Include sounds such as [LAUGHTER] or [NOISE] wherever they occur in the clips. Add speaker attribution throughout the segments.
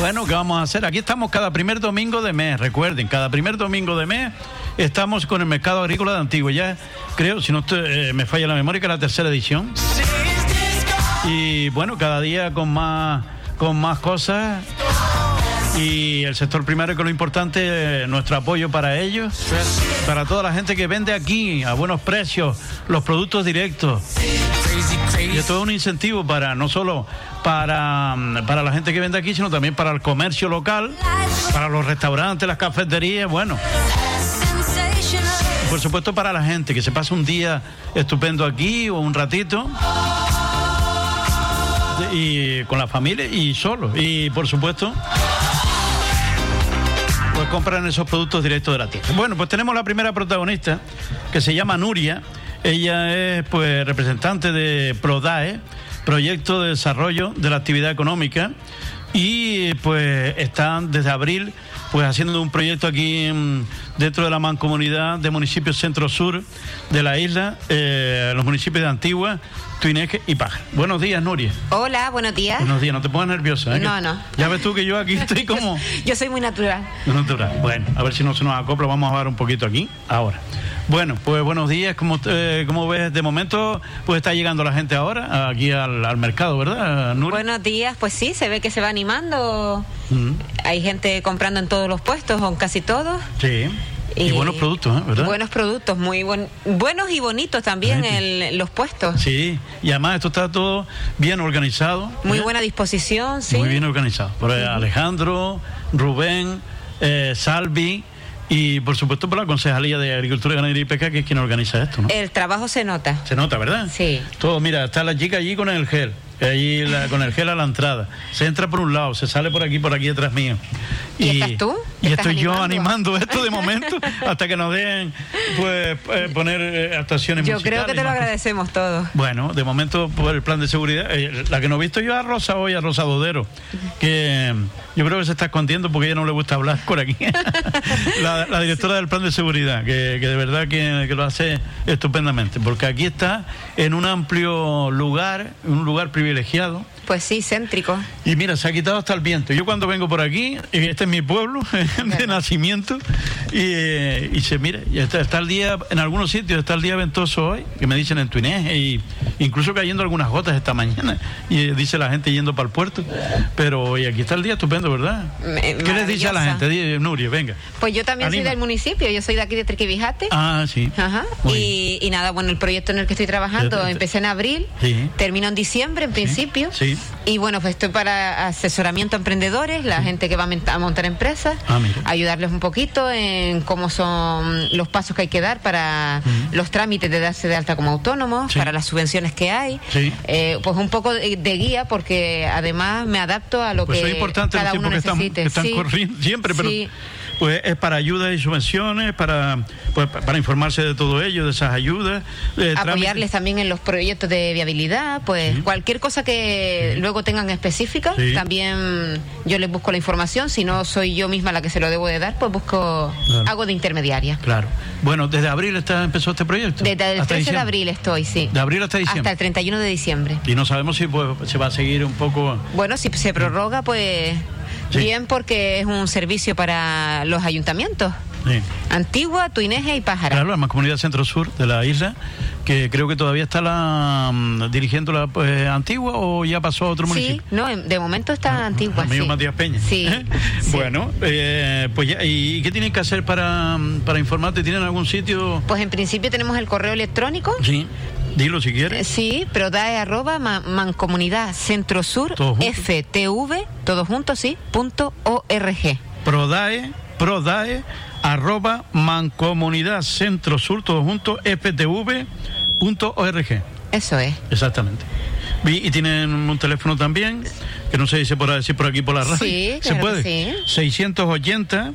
Speaker 1: bueno, ¿qué vamos a hacer? Aquí estamos cada primer domingo de mes, recuerden, cada primer domingo de mes estamos con el mercado agrícola de Antigua. Ya creo, si no te- eh, me falla la memoria, que es la tercera edición. Y bueno, cada día con más, con más cosas. Y el sector primario, que es lo importante, eh, nuestro apoyo para ellos, para toda la gente que vende aquí a buenos precios los productos directos. Y esto es un incentivo para no solo para, mm, para la gente que vende aquí, sino también para el comercio local, para los restaurantes, las cafeterías, bueno, por supuesto para la gente que se pasa un día estupendo aquí o un ratito. De- Y con la familia y solo. Y por supuesto, pues compran esos productos directos de la tienda. Bueno, pues tenemos la primera protagonista que se llama Nuria. Ella es pues representante de PRODAE, Proyecto de Desarrollo de la Actividad Económica. Y pues están desde abril pues haciendo un proyecto aquí en- dentro de la mancomunidad de municipios centro-sur de la isla, eh, los municipios de Antigua, Tuineje y Paja. Buenos días, Nuria.
Speaker 2: Hola, buenos días.
Speaker 1: Buenos días, no te pongas nerviosa. ¿eh?
Speaker 2: No,
Speaker 1: Que-
Speaker 2: no.
Speaker 1: Ya ves tú que yo aquí estoy como...
Speaker 2: Yo soy muy natural.
Speaker 1: No dura. Bueno, a ver si no se nos acopla. Vamos a hablar un poquito aquí, ahora. Bueno, pues buenos días. ¿Cómo, eh, cómo ves? De momento, pues está llegando la gente ahora aquí al, al mercado, ¿verdad, Nuria?
Speaker 2: Buenos días, pues sí, se ve que se va animando.
Speaker 1: Mm,
Speaker 2: Hay gente comprando en todos los puestos, o en casi todos.
Speaker 1: sí. Y, buenos productos, ¿eh? ¿verdad?
Speaker 2: Buenos productos, muy buen- buenos y bonitos también
Speaker 1: Bonito.
Speaker 2: el- los puestos.
Speaker 1: Sí. Y además esto está todo bien organizado.
Speaker 2: Muy
Speaker 1: ¿eh?
Speaker 2: buena disposición, sí.
Speaker 1: Muy bien organizado. Por eh, Alejandro, Rubén, eh, Salvi y, por supuesto, por la Concejalía de Agricultura, Ganadería y Pesca, que es quien organiza esto, ¿no?
Speaker 2: El trabajo se nota.
Speaker 1: Se nota, ¿verdad?
Speaker 2: Sí.
Speaker 1: Todo, mira, está la chica allí con el gel. Allí la- con el gel a la entrada. Se entra por un lado, se sale por aquí, por aquí detrás mío.
Speaker 2: ¿Y estás tú?
Speaker 1: Y
Speaker 2: ¿Te estás
Speaker 1: estoy yo
Speaker 2: animando?
Speaker 1: animando
Speaker 2: [LAUGHS]
Speaker 1: esto de momento hasta que nos den pues, eh, poner eh, actuaciones
Speaker 2: Yo
Speaker 1: musicales
Speaker 2: creo que
Speaker 1: y
Speaker 2: te lo
Speaker 1: más cosas.
Speaker 2: agradecemos todos.
Speaker 1: Bueno, de momento por el plan de seguridad, eh, la que no he visto yo a Rosa hoy, a Rosa Dodero, que eh, yo creo que se está escondiendo porque a ella no le gusta hablar por aquí. [LAUGHS] la, la directora del plan de seguridad, que, que de verdad que, que lo hace estupendamente, porque aquí está en un amplio lugar, un lugar privilegiado.
Speaker 2: Pues sí, céntrico.
Speaker 1: Y mira, se ha quitado hasta el viento. Yo cuando vengo por aquí, eh, este es mi pueblo [LAUGHS] de nacimiento, y, eh, y se mira, y está, está el día, en algunos sitios está el día ventoso hoy, que me dicen en Tuinés, y incluso cayendo algunas gotas esta mañana, [LAUGHS] y eh, dice la gente yendo para el puerto. Pero y aquí está el día estupendo, ¿verdad?
Speaker 2: Me-
Speaker 1: ¿Qué les dice a la
Speaker 2: maravillosa.
Speaker 1: gente? Di, Nuria, venga.
Speaker 2: Pues yo también
Speaker 1: Anima.
Speaker 2: soy del municipio, yo soy de aquí de Triquibijate.
Speaker 1: Ah, sí.
Speaker 2: Ajá.
Speaker 1: Muy bien.
Speaker 2: Y, y nada, bueno, el proyecto en el que estoy trabajando
Speaker 1: Perfecto.
Speaker 2: empecé en abril,
Speaker 1: Sí.
Speaker 2: termino en diciembre en principio.
Speaker 1: sí.
Speaker 2: Y bueno, pues estoy para asesoramiento a emprendedores, la gente que va a men- a montar empresas,
Speaker 1: Ah, mira.
Speaker 2: ayudarles un poquito en cómo son los pasos que hay que dar para los trámites de darse de alta como autónomos,
Speaker 1: Sí.
Speaker 2: para las subvenciones que hay.
Speaker 1: Sí.
Speaker 2: Eh, pues un poco de, de guía porque además me adapto a lo
Speaker 1: Pues eso
Speaker 2: que
Speaker 1: es importante los
Speaker 2: cada uno
Speaker 1: tiempos que están,
Speaker 2: necesite.
Speaker 1: que están
Speaker 2: Sí.
Speaker 1: corriendo siempre, pero
Speaker 2: Sí.
Speaker 1: pues es para ayudas y subvenciones, para pues, pa- para informarse de todo ello, de esas ayudas, de
Speaker 2: apoyarles
Speaker 1: trámites.
Speaker 2: también en los proyectos de viabilidad, pues cualquier cosa que luego tengan específica,
Speaker 1: Sí.
Speaker 2: también yo les busco la información, si no soy yo misma la que se lo debo de dar, pues busco,
Speaker 1: Claro.
Speaker 2: hago de intermediaria.
Speaker 1: Claro. Bueno, desde abril está, empezó este proyecto.
Speaker 2: Desde el
Speaker 1: Hasta
Speaker 2: 13 de
Speaker 1: diciembre.
Speaker 2: abril estoy, sí.
Speaker 1: De abril hasta diciembre.
Speaker 2: Hasta el 31 de diciembre.
Speaker 1: Y no sabemos si pues, se va a seguir un poco.
Speaker 2: Bueno, si se prorroga, pues
Speaker 1: Sí.
Speaker 2: bien, porque es un servicio para los ayuntamientos.
Speaker 1: sí.
Speaker 2: Antigua, Tuineje y Pájara.
Speaker 1: Claro, la mancomunidad centro-sur de la isla, que creo que todavía está la mm, dirigiendo la pues, antigua o ya pasó a otro
Speaker 2: Sí,
Speaker 1: municipio.
Speaker 2: no, en- de momento está antigua.
Speaker 1: Amigo
Speaker 2: sí.
Speaker 1: Matías Peña. [LAUGHS]
Speaker 2: Sí. sí.
Speaker 1: Bueno, eh, pues ya, ¿y qué tienen que hacer para, mm, para informarte? ¿Tienen algún sitio?
Speaker 2: Pues en principio tenemos el correo electrónico.
Speaker 1: Sí. Dilo si
Speaker 2: Eh,
Speaker 1: quieres.
Speaker 2: Sí, prodae arroba ma- mancomunidad centro sur
Speaker 1: Todo junto.
Speaker 2: ftv, todo junto, sí, punto org.
Speaker 1: Prodae, prodae, arroba mancomunidad centro sur, todo junto, ftv.org.
Speaker 2: Eso es.
Speaker 1: Exactamente. Y, y tienen un teléfono también, que no se dice por, decir por aquí por la radio.
Speaker 2: Sí,
Speaker 1: ¿Se
Speaker 2: claro
Speaker 1: puede?
Speaker 2: que sí.
Speaker 1: 680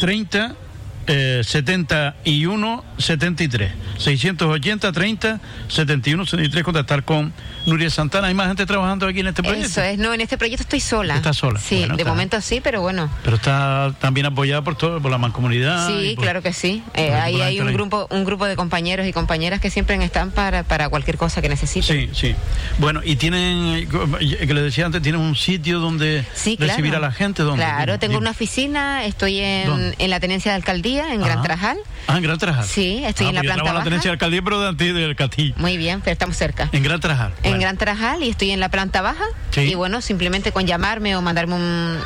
Speaker 1: 30 eh, 71 73 680 30 71 73 contactar con Nuria Santana hay más gente trabajando aquí en este proyecto
Speaker 2: Eso es, no, en este proyecto estoy sola.
Speaker 1: Estás sola.
Speaker 2: Sí,
Speaker 1: Bueno,
Speaker 2: de
Speaker 1: está.
Speaker 2: momento sí, pero bueno.
Speaker 1: pero está también apoyada por todo por la mancomunidad
Speaker 2: Sí,
Speaker 1: y por-
Speaker 2: claro que sí.
Speaker 1: por-
Speaker 2: Eh,
Speaker 1: por
Speaker 2: ahí
Speaker 1: la
Speaker 2: hay
Speaker 1: gente
Speaker 2: un
Speaker 1: pues. ahí.
Speaker 2: grupo, un grupo de compañeros y compañeras que siempre están para, para cualquier cosa que necesiten.
Speaker 1: Sí, sí. Bueno, y tienen, eh, que les decía antes, tienen un sitio donde
Speaker 2: Sí, claro.
Speaker 1: recibir a la gente. ¿dónde?
Speaker 2: Claro,
Speaker 1: Dime,
Speaker 2: tengo
Speaker 1: dime.
Speaker 2: una oficina, estoy en,
Speaker 1: ¿Dónde?
Speaker 2: en la tenencia de alcaldía, en Gran
Speaker 1: Ajá.
Speaker 2: Trajal.
Speaker 1: Ah, en Gran Trajal.
Speaker 2: Sí, estoy
Speaker 1: Ah,
Speaker 2: en la
Speaker 1: pues yo
Speaker 2: planta
Speaker 1: trabajo en la
Speaker 2: baja.
Speaker 1: tenencia de alcaldía, pero de antes del castillo.
Speaker 2: Muy bien, pero estamos cerca.
Speaker 1: En Gran Trajal.
Speaker 2: En
Speaker 1: Bueno.
Speaker 2: Gran Trajal y estoy en la planta baja.
Speaker 1: Sí.
Speaker 2: Y bueno, simplemente con llamarme o mandarme un,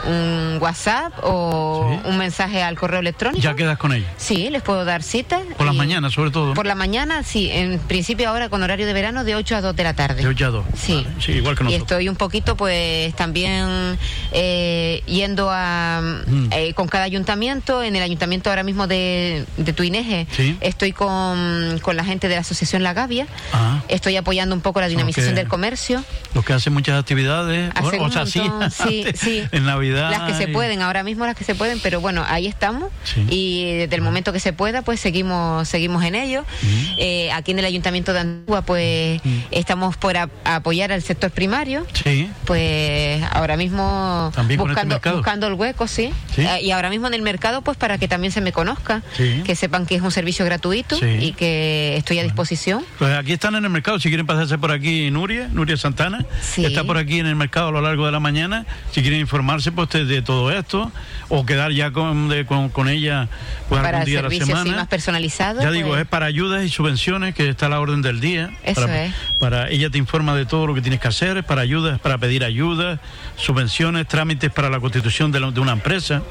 Speaker 2: un WhatsApp o
Speaker 1: Sí.
Speaker 2: un mensaje al correo electrónico.
Speaker 1: Ya quedas con ellos.
Speaker 2: Sí, les puedo dar cita.
Speaker 1: Por las
Speaker 2: y-
Speaker 1: mañanas, sobre todo.
Speaker 2: Por la mañana, sí. En principio ahora con horario de verano de 8 a 2 de la tarde.
Speaker 1: De ocho a dos.
Speaker 2: Sí.
Speaker 1: Vale, sí, igual que
Speaker 2: Y
Speaker 1: nosotros.
Speaker 2: estoy un poquito, pues, también eh, yendo a
Speaker 1: Mm.
Speaker 2: eh, con cada ayuntamiento. En el ayuntamiento ahora mismo de, de Tuineje
Speaker 1: Sí.
Speaker 2: estoy con, con la gente de la asociación La Gavia.
Speaker 1: Ah.
Speaker 2: Estoy apoyando un poco la dinamización
Speaker 1: que-
Speaker 2: del comercio.
Speaker 1: Los que hacen muchas actividades.
Speaker 2: Hacer
Speaker 1: bueno,
Speaker 2: un
Speaker 1: o sea, sí, [LAUGHS]
Speaker 2: montón, sí,
Speaker 1: antes,
Speaker 2: sí.
Speaker 1: En Navidad.
Speaker 2: Las que se
Speaker 1: y-
Speaker 2: pueden, ahora mismo las que se pueden, pero bueno, ahí estamos
Speaker 1: Sí. Ah.
Speaker 2: y desde el momento que se pueda, pues seguimos seguimos en ello.
Speaker 1: Mm.
Speaker 2: Eh, aquí en el Ayuntamiento de Antigua, pues estamos por a- apoyar al sector primario.
Speaker 1: Sí.
Speaker 2: Pues ahora mismo
Speaker 1: También con este
Speaker 2: buscando,
Speaker 1: mercado.
Speaker 2: buscando el hueco, sí.
Speaker 1: Sí.
Speaker 2: Eh, y ahora mismo en el mercado, pues para que también se me conozca,
Speaker 1: Sí.
Speaker 2: que sepan que es un servicio gratuito
Speaker 1: Sí.
Speaker 2: y que estoy a disposición.
Speaker 1: Pues aquí están en el mercado, si quieren pasarse por aquí Nuria, Nuria Santana,
Speaker 2: Sí.
Speaker 1: está por aquí en el mercado a lo largo de la mañana, si quieren informarse pues, de, de todo esto o quedar ya con, de- con, con ella pues,
Speaker 2: para
Speaker 1: algún día a la
Speaker 2: servicios así
Speaker 1: semana.
Speaker 2: más personalizados.
Speaker 1: Ya digo,
Speaker 2: pues,
Speaker 1: es para ayudas y subvenciones que está a la orden del día.
Speaker 2: Eso
Speaker 1: para,
Speaker 2: es.
Speaker 1: para- ella te informa de todo lo que tienes que hacer, para ayudas, para pedir ayudas, subvenciones, trámites para la constitución de, la- de una empresa,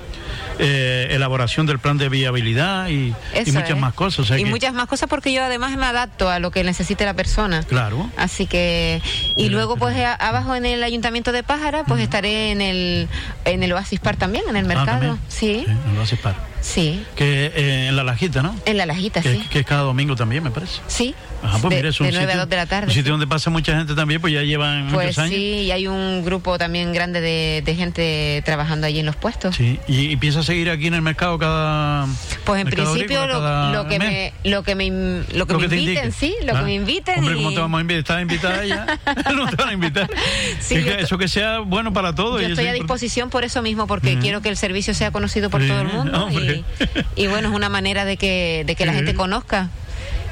Speaker 1: eh, elaboración del plan de viabilidad y, y
Speaker 2: Eso
Speaker 1: muchas
Speaker 2: es.
Speaker 1: más cosas. o sea
Speaker 2: y
Speaker 1: que-
Speaker 2: muchas más cosas porque yo además me adapto a lo que necesite la persona.
Speaker 1: Claro. Ah,
Speaker 2: Así que y luego pues a- abajo en el ayuntamiento de Pájara pues estaré en el en el Oasis Park también en el
Speaker 1: Ah,
Speaker 2: mercado.
Speaker 1: también.
Speaker 2: sí,
Speaker 1: lo haces para.
Speaker 2: sí,
Speaker 1: Que eh, en la lajita, ¿no?
Speaker 2: en la Lajita,
Speaker 1: Que,
Speaker 2: sí,
Speaker 1: que es cada domingo también, me parece.
Speaker 2: sí.
Speaker 1: Ajá, pues
Speaker 2: de,
Speaker 1: mira, es un
Speaker 2: de nueve
Speaker 1: sitio,
Speaker 2: a 2 de la
Speaker 1: un
Speaker 2: tarde.
Speaker 1: sitio donde pasa mucha gente también, pues ya llevan
Speaker 2: Pues
Speaker 1: muchos años.
Speaker 2: sí, y hay un grupo también grande de, de gente trabajando allí en los puestos.
Speaker 1: Sí, y, y piensa seguir aquí en el mercado cada.
Speaker 2: Pues en
Speaker 1: mercado
Speaker 2: principio
Speaker 1: agrícola
Speaker 2: lo,
Speaker 1: cada
Speaker 2: lo que
Speaker 1: mes?
Speaker 2: me lo que me in- lo que
Speaker 1: Lo
Speaker 2: me
Speaker 1: que te
Speaker 2: inviten,
Speaker 1: indique.
Speaker 2: sí, lo
Speaker 1: Ah.
Speaker 2: que me inviten
Speaker 1: Hombre,
Speaker 2: y-
Speaker 1: ¿cómo te vamos a invitar? ¿Estás invitada
Speaker 2: [LAUGHS]
Speaker 1: ya? [LAUGHS] no te van a invitar.
Speaker 2: Sí,
Speaker 1: Que-
Speaker 2: yo
Speaker 1: que
Speaker 2: to-
Speaker 1: eso que sea bueno para todos.
Speaker 2: Yo
Speaker 1: y eso
Speaker 2: estoy a
Speaker 1: es importante.
Speaker 2: disposición por eso mismo, porque quiero que el servicio sea conocido por
Speaker 1: Sí,
Speaker 2: todo el mundo
Speaker 1: hombre.
Speaker 2: y, [LAUGHS] y bueno, es una manera de que, de que la
Speaker 1: Sí.
Speaker 2: gente conozca.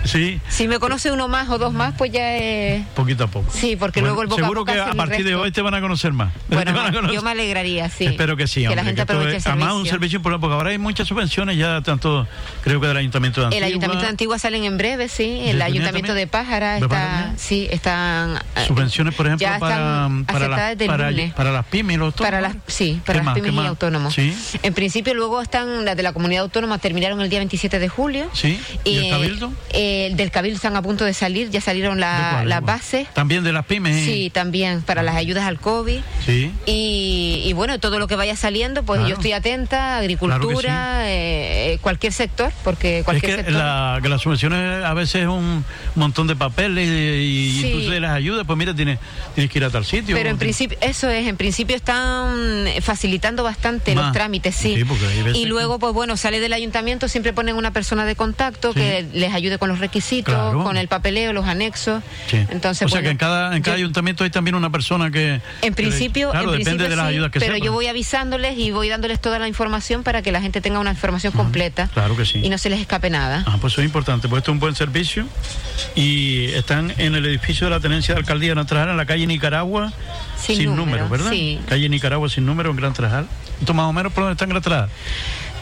Speaker 1: Sí,
Speaker 2: Si me conoce uno más o dos más, pues ya es...
Speaker 1: poquito a poco.
Speaker 2: Sí, porque luego el boca a
Speaker 1: Seguro
Speaker 2: boca
Speaker 1: que
Speaker 2: hace
Speaker 1: a
Speaker 2: el
Speaker 1: partir de
Speaker 2: resto.
Speaker 1: hoy te van a conocer más. [LAUGHS] [LAUGHS]
Speaker 2: Bueno,
Speaker 1: Te van a
Speaker 2: yo
Speaker 1: conocer.
Speaker 2: me alegraría, sí.
Speaker 1: Espero que sí.
Speaker 2: Que
Speaker 1: hombre,
Speaker 2: la gente
Speaker 1: esto
Speaker 2: aproveche el
Speaker 1: es-
Speaker 2: servicio.
Speaker 1: Además, un servicio importante, porque ahora hay muchas subvenciones ya, tanto creo que del Ayuntamiento de Antigua.
Speaker 2: El Ayuntamiento de Antigua salen en breve, sí.
Speaker 1: ¿De
Speaker 2: El
Speaker 1: Tunia
Speaker 2: Ayuntamiento
Speaker 1: también?
Speaker 2: de Pájara
Speaker 1: ¿De Pájara
Speaker 2: está...
Speaker 1: también?
Speaker 2: Sí, están... eh,
Speaker 1: Subvenciones, por ejemplo,
Speaker 2: ya
Speaker 1: para,
Speaker 2: están
Speaker 1: para,
Speaker 2: aceptadas
Speaker 1: las,
Speaker 2: desde el
Speaker 1: para,
Speaker 2: lunes.
Speaker 1: para las pymes y los
Speaker 2: Para las,
Speaker 1: autónomos.
Speaker 2: sí, para
Speaker 1: ¿Qué
Speaker 2: las
Speaker 1: más?
Speaker 2: pymes
Speaker 1: ¿Qué
Speaker 2: y
Speaker 1: más?
Speaker 2: autónomos.
Speaker 1: Sí.
Speaker 2: En principio luego están las de la comunidad autónoma, terminaron el día 27 de julio.
Speaker 1: Sí. ¿Y el
Speaker 2: Eh,
Speaker 1: Cabildo?
Speaker 2: eh, del Cabildo están a punto de salir, ya salieron
Speaker 1: ¿De
Speaker 2: la-
Speaker 1: cuál?
Speaker 2: Ah, las bases.
Speaker 1: También de las pymes.
Speaker 2: Sí, también, para las ayudas al COVID.
Speaker 1: Sí.
Speaker 2: Y, y bueno, todo lo que vaya saliendo, pues
Speaker 1: Claro.
Speaker 2: yo estoy atenta, agricultura,
Speaker 1: Claro
Speaker 2: eh, eh, cualquier sector, porque
Speaker 1: Es
Speaker 2: cualquier
Speaker 1: que,
Speaker 2: sector...
Speaker 1: la, que las subvenciones a veces es un montón de papeles y, y
Speaker 2: Sí.
Speaker 1: tú de las ayudas, pues mira, tienes, tienes que ir a tal sitio.
Speaker 2: Pero en
Speaker 1: Tienes-
Speaker 2: principio, eso es, en principio están eh, facilitando bastante
Speaker 1: Más.
Speaker 2: los trámites, sí.
Speaker 1: Sí, porque hay veces
Speaker 2: y luego, pues bueno, sale del ayuntamiento, siempre ponen una persona de contacto que les ayude con los requisitos,
Speaker 1: Claro.
Speaker 2: con el papeleo, los anexos.
Speaker 1: Sí.
Speaker 2: Entonces,
Speaker 1: o sea
Speaker 2: bueno,
Speaker 1: que en cada, en cada
Speaker 2: yo-
Speaker 1: ayuntamiento hay también una persona que... que le-
Speaker 2: En principio,
Speaker 1: claro,
Speaker 2: en
Speaker 1: depende
Speaker 2: principio
Speaker 1: de las
Speaker 2: sí,
Speaker 1: ayudas que
Speaker 2: pero
Speaker 1: sea,
Speaker 2: yo voy avisándoles y voy dándoles toda la información para que la gente tenga una información completa
Speaker 1: claro que sí.
Speaker 2: y no se les escape nada.
Speaker 1: Ah, pues eso es importante, pues esto es un buen servicio y están en el edificio de la Tenencia de Alcaldía de Gran Trajal, en la calle Nicaragua,
Speaker 2: Sin número,
Speaker 1: ¿verdad?
Speaker 2: sí.
Speaker 1: Calle Nicaragua sin número en Gran Trajal. Esto más o menos por donde está en Gran Trajal.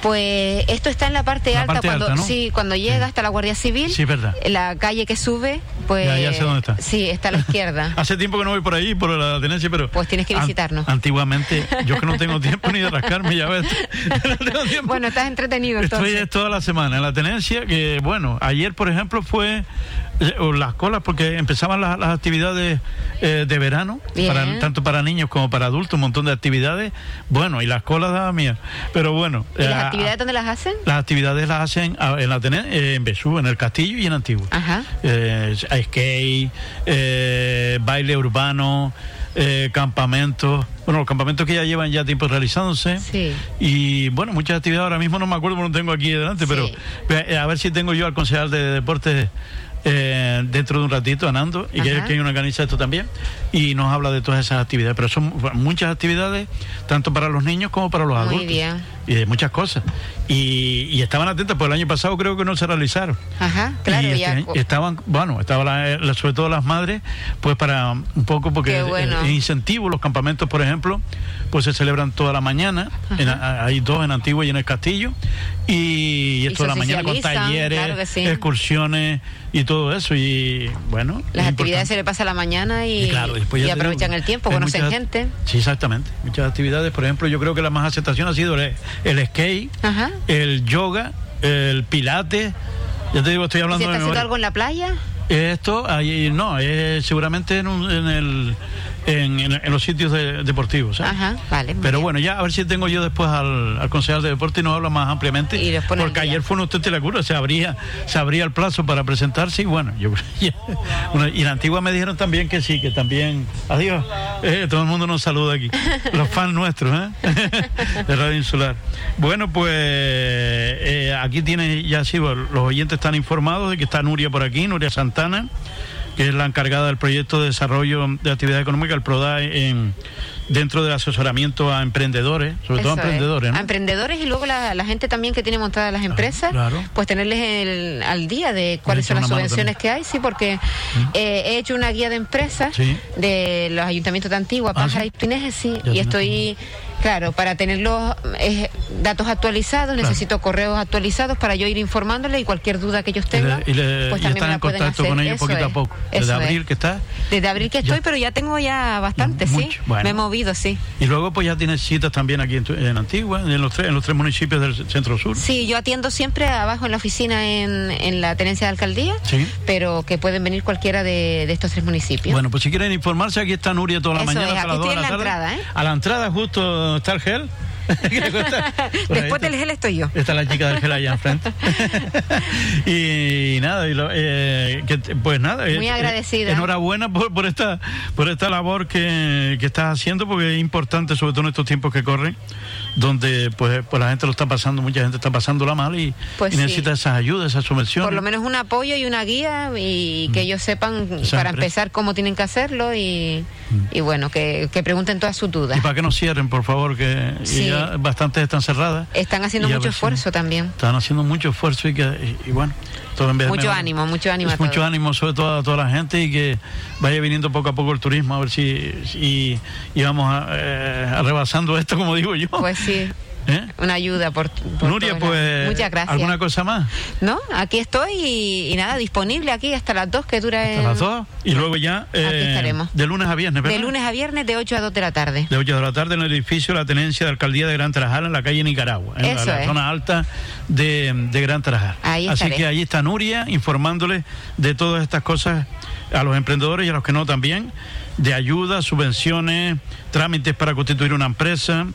Speaker 2: Pues esto está en la parte
Speaker 1: La
Speaker 2: alta,
Speaker 1: parte
Speaker 2: cuando,
Speaker 1: alta, ¿no?
Speaker 2: sí, cuando llega hasta la Guardia Civil.
Speaker 1: Sí, es verdad.
Speaker 2: La calle que sube, pues
Speaker 1: Ya, ya sé dónde está.
Speaker 2: Sí, está a la
Speaker 1: [LAUGHS]
Speaker 2: izquierda.
Speaker 1: Hace tiempo que no voy por ahí, por la tenencia, pero...
Speaker 2: Pues tienes que
Speaker 1: an-
Speaker 2: visitarnos.
Speaker 1: antiguamente, yo que no tengo [LAUGHS] tiempo ni de rascarme, ya ves. [LAUGHS] No tengo tiempo.
Speaker 2: bueno, estás entretenido
Speaker 1: Estoy
Speaker 2: entonces.
Speaker 1: eh, toda la semana en la tenencia, que bueno, ayer por ejemplo fue eh, o las colas, porque empezaban las, las actividades eh, de verano,
Speaker 2: Bien.
Speaker 1: para- tanto para niños como para adultos, un montón de actividades, bueno, y las colas daba mía, pero bueno.
Speaker 2: ¿Y
Speaker 1: eh,
Speaker 2: las actividades dónde las hacen?
Speaker 1: las actividades las hacen ah, en la tene- eh, en Besú, en el Castillo y en Antigua.
Speaker 2: Ajá.
Speaker 1: Eh, skate, eh, baile urbano, eh, campamentos, bueno, los campamentos que ya llevan ya tiempo realizándose.
Speaker 2: Sí.
Speaker 1: Y bueno, muchas actividades, ahora mismo no me acuerdo, no lo tengo aquí delante,
Speaker 2: Sí.
Speaker 1: pero ve- eh, a ver si tengo yo al concejal de deportes. eh, dentro de un ratito a Nando y que,
Speaker 2: Ajá.
Speaker 1: que nos organiza esto también y nos habla de todas esas actividades pero son muchas actividades tanto para los niños como para los
Speaker 2: Muy
Speaker 1: adultos
Speaker 2: bien.
Speaker 1: y de muchas cosas y, y estaban atentas porque el año pasado creo que no se realizaron
Speaker 2: Ajá, claro,
Speaker 1: y este
Speaker 2: ya. pues,
Speaker 1: año estaban, bueno, estaban la- la- sobre todo las madres, pues para un poco, porque
Speaker 2: Qué
Speaker 1: el-
Speaker 2: bueno.
Speaker 1: el, incentivo, los campamentos, por ejemplo, pues se celebran toda la mañana, en- a- hay dos en Antigua y en el Castillo, y,
Speaker 2: Y
Speaker 1: esto de la
Speaker 2: se
Speaker 1: mañana con
Speaker 2: socializan,
Speaker 1: talleres,
Speaker 2: claro que sí.
Speaker 1: excursiones y todo eso, y bueno.
Speaker 2: Las
Speaker 1: es
Speaker 2: actividades
Speaker 1: importante.
Speaker 2: se le pasa a la mañana y,
Speaker 1: Y claro, después ya
Speaker 2: y
Speaker 1: te digo,
Speaker 2: aprovechan el tiempo,
Speaker 1: hay
Speaker 2: conocen
Speaker 1: muchas-
Speaker 2: gente.
Speaker 1: Sí, exactamente. Muchas actividades, por ejemplo, yo creo que la más aceptación ha sido el, el skate,
Speaker 2: Ajá.
Speaker 1: el yoga, el pilates. Ya te digo, estoy
Speaker 2: ¿Y
Speaker 1: hablando
Speaker 2: ¿Se está
Speaker 1: de
Speaker 2: haciendo
Speaker 1: memoria.
Speaker 2: algo en la playa?
Speaker 1: Esto, ahí no, es seguramente en, un- en el, en, en- en los sitios de- deportivos. ¿sabes?
Speaker 2: Ajá, vale. muy
Speaker 1: Pero
Speaker 2: bien.
Speaker 1: bueno, ya a ver si tengo yo después al, al concejal de deporte y nos habla más ampliamente.
Speaker 2: Y los pone al
Speaker 1: porque
Speaker 2: día.
Speaker 1: ayer fue un usted te la cura, se abría, se abría el plazo para presentarse y bueno, yo ya- bueno, y en Antigua me dijeron también que sí, que también. Adiós. Eh, todo el mundo nos saluda aquí. Los fans nuestros, ¿eh? [LAUGHS] De Radio Insular. Bueno, pues eh, aquí tiene, ya sí, bueno, los oyentes están informados de que está Nuria por aquí, Nuria Santana que es la encargada del proyecto de desarrollo de actividad económica, el PRODA, en, dentro del asesoramiento a emprendedores, sobre todo a
Speaker 2: Eso es.
Speaker 1: emprendedores, ¿no? Ah,
Speaker 2: A emprendedores y luego la, la gente también que tiene montadas las empresas,
Speaker 1: claro.
Speaker 2: pues tenerles el- al día de cuáles
Speaker 1: echar
Speaker 2: son las
Speaker 1: una mano Mm.
Speaker 2: subvenciones que hay, sí, porque eh, he hecho una guía de empresas
Speaker 1: Sí.
Speaker 2: de los ayuntamientos de Antigua,
Speaker 1: Ah,
Speaker 2: Pájara
Speaker 1: sí.
Speaker 2: y Tuneses, sí,
Speaker 1: Ya
Speaker 2: y
Speaker 1: tienes
Speaker 2: estoy, claro, para tener los eh, datos actualizados, necesito correos actualizados para yo ir informándole y cualquier duda que ellos
Speaker 1: Y le-
Speaker 2: tengan,
Speaker 1: y le-
Speaker 2: pues
Speaker 1: y están
Speaker 2: también me
Speaker 1: en
Speaker 2: la pueden
Speaker 1: contacto con
Speaker 2: hacer.
Speaker 1: ellos
Speaker 2: Eso
Speaker 1: poquito a
Speaker 2: es,
Speaker 1: poco.
Speaker 2: eso
Speaker 1: Desde
Speaker 2: es.
Speaker 1: abril que está.
Speaker 2: Desde abril que
Speaker 1: Ya.
Speaker 2: estoy, pero ya tengo ya bastante, sí.
Speaker 1: Mucho, bueno.
Speaker 2: Me he movido, sí.
Speaker 1: Y luego pues ya tienes citas también aquí en, tu- en Antigua, en los, tres, en los tres municipios del centro sur.
Speaker 2: Sí, yo atiendo siempre abajo en la oficina en, en la tenencia de alcaldía,
Speaker 1: Sí.
Speaker 2: pero que pueden venir cualquiera de, de estos tres municipios.
Speaker 1: Bueno, pues si quieren informarse, aquí está Nuria toda la
Speaker 2: Eso
Speaker 1: mañana
Speaker 2: es,
Speaker 1: hasta las
Speaker 2: aquí
Speaker 1: dos de la,
Speaker 2: tiene
Speaker 1: tarde.
Speaker 2: la entrada, ¿eh?
Speaker 1: A la entrada justo está el gel. [LAUGHS]
Speaker 2: [LAUGHS] Después del gel estoy yo.
Speaker 1: pues Está la chica del gel allá
Speaker 2: [LAUGHS]
Speaker 1: enfrente. y nada, y lo- eh, que te- pues nada. eh,
Speaker 2: Muy
Speaker 1: eh,
Speaker 2: agradecida.
Speaker 1: enhorabuena por, por esta por esta labor que, que estás haciendo, porque es importante, sobre todo en estos tiempos que corren, donde pues, pues la gente lo está pasando, mucha gente está pasándola mal y,
Speaker 2: Pues
Speaker 1: y
Speaker 2: sí.
Speaker 1: necesita esas ayudas, esas subvenciones.
Speaker 2: Por lo menos un apoyo y una guía y
Speaker 1: Mm.
Speaker 2: que ellos sepan
Speaker 1: Esa empresa.
Speaker 2: para empezar cómo tienen que hacerlo y, y bueno, que, que pregunten todas sus dudas.
Speaker 1: Mm. Y para que no cierren, por favor, que y
Speaker 2: Sí.
Speaker 1: ya bastantes están cerradas.
Speaker 2: Están haciendo
Speaker 1: Y a
Speaker 2: mucho
Speaker 1: ver si-
Speaker 2: esfuerzo también.
Speaker 1: Están haciendo mucho esfuerzo y que y, y bueno, todo en vez de
Speaker 2: Mucho
Speaker 1: mejorar.
Speaker 2: ánimo, mucho ánimo a
Speaker 1: Es mucho
Speaker 2: todos.
Speaker 1: ánimo sobre todo a toda la gente y que vaya viniendo poco a poco el turismo a ver si, si- y vamos a, eh, a rebasando esto como digo yo.
Speaker 2: Pues sí,
Speaker 1: [LAUGHS] ¿Eh?
Speaker 2: una ayuda por, por
Speaker 1: Oh. Nuria,
Speaker 2: todos lados.
Speaker 1: pues
Speaker 2: Muchas gracias.
Speaker 1: alguna cosa más.
Speaker 2: No, aquí estoy y, y nada, disponible aquí hasta las 2 que dura
Speaker 1: Hasta
Speaker 2: el-
Speaker 1: las dos y luego ya eh,
Speaker 2: Eh, estaremos.
Speaker 1: de lunes a viernes, ¿verdad?
Speaker 2: de lunes a viernes de 8 a 2 de la tarde.
Speaker 1: de 8 de la tarde en el edificio de la tenencia de alcaldía de Gran Tarajal en la calle Nicaragua, en la,
Speaker 2: Eso
Speaker 1: la
Speaker 2: es.
Speaker 1: zona alta de, de Gran Tarajal.
Speaker 2: Ahí
Speaker 1: Así
Speaker 2: estaré.
Speaker 1: que ahí está Nuria informándoles de todas estas cosas a los emprendedores y a los que no también, de ayuda, subvenciones, trámites para constituir una empresa.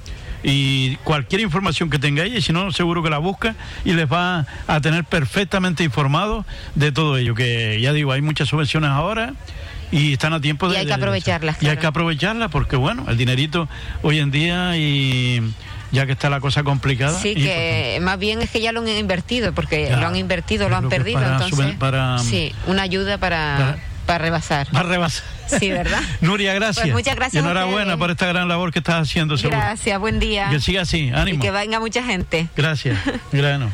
Speaker 1: Y cualquier información que tenga ella, y si no, seguro que la busca y les va a tener perfectamente informados de todo ello. Que ya digo, hay muchas subvenciones ahora y están a tiempo
Speaker 2: Y
Speaker 1: de.
Speaker 2: hay que
Speaker 1: de- Y
Speaker 2: aprovecharlas,
Speaker 1: hay
Speaker 2: claro.
Speaker 1: que aprovecharla porque bueno, el dinerito hoy en día y ya que está la cosa complicada.
Speaker 2: Sí,
Speaker 1: y, pues,
Speaker 2: que más bien es que ya lo han invertido, porque
Speaker 1: Ya,
Speaker 2: lo han invertido,
Speaker 1: yo
Speaker 2: lo han
Speaker 1: creo que
Speaker 2: perdido.
Speaker 1: para
Speaker 2: entonces,
Speaker 1: suben- para- um,
Speaker 2: sí, una ayuda para,
Speaker 1: para-
Speaker 2: para rebasar.
Speaker 1: pues, va a rebasar.
Speaker 2: Sí, ¿verdad?
Speaker 1: [LAUGHS] Nuria, gracias.
Speaker 2: Pues muchas gracias
Speaker 1: Y
Speaker 2: a
Speaker 1: enhorabuena
Speaker 2: ustedes.
Speaker 1: por esta gran labor que estás haciendo, seguro.
Speaker 2: Gracias, buen día.
Speaker 1: Que siga así,
Speaker 2: Y
Speaker 1: ánimo.
Speaker 2: [LAUGHS] que venga mucha gente.
Speaker 1: Gracias. Grano.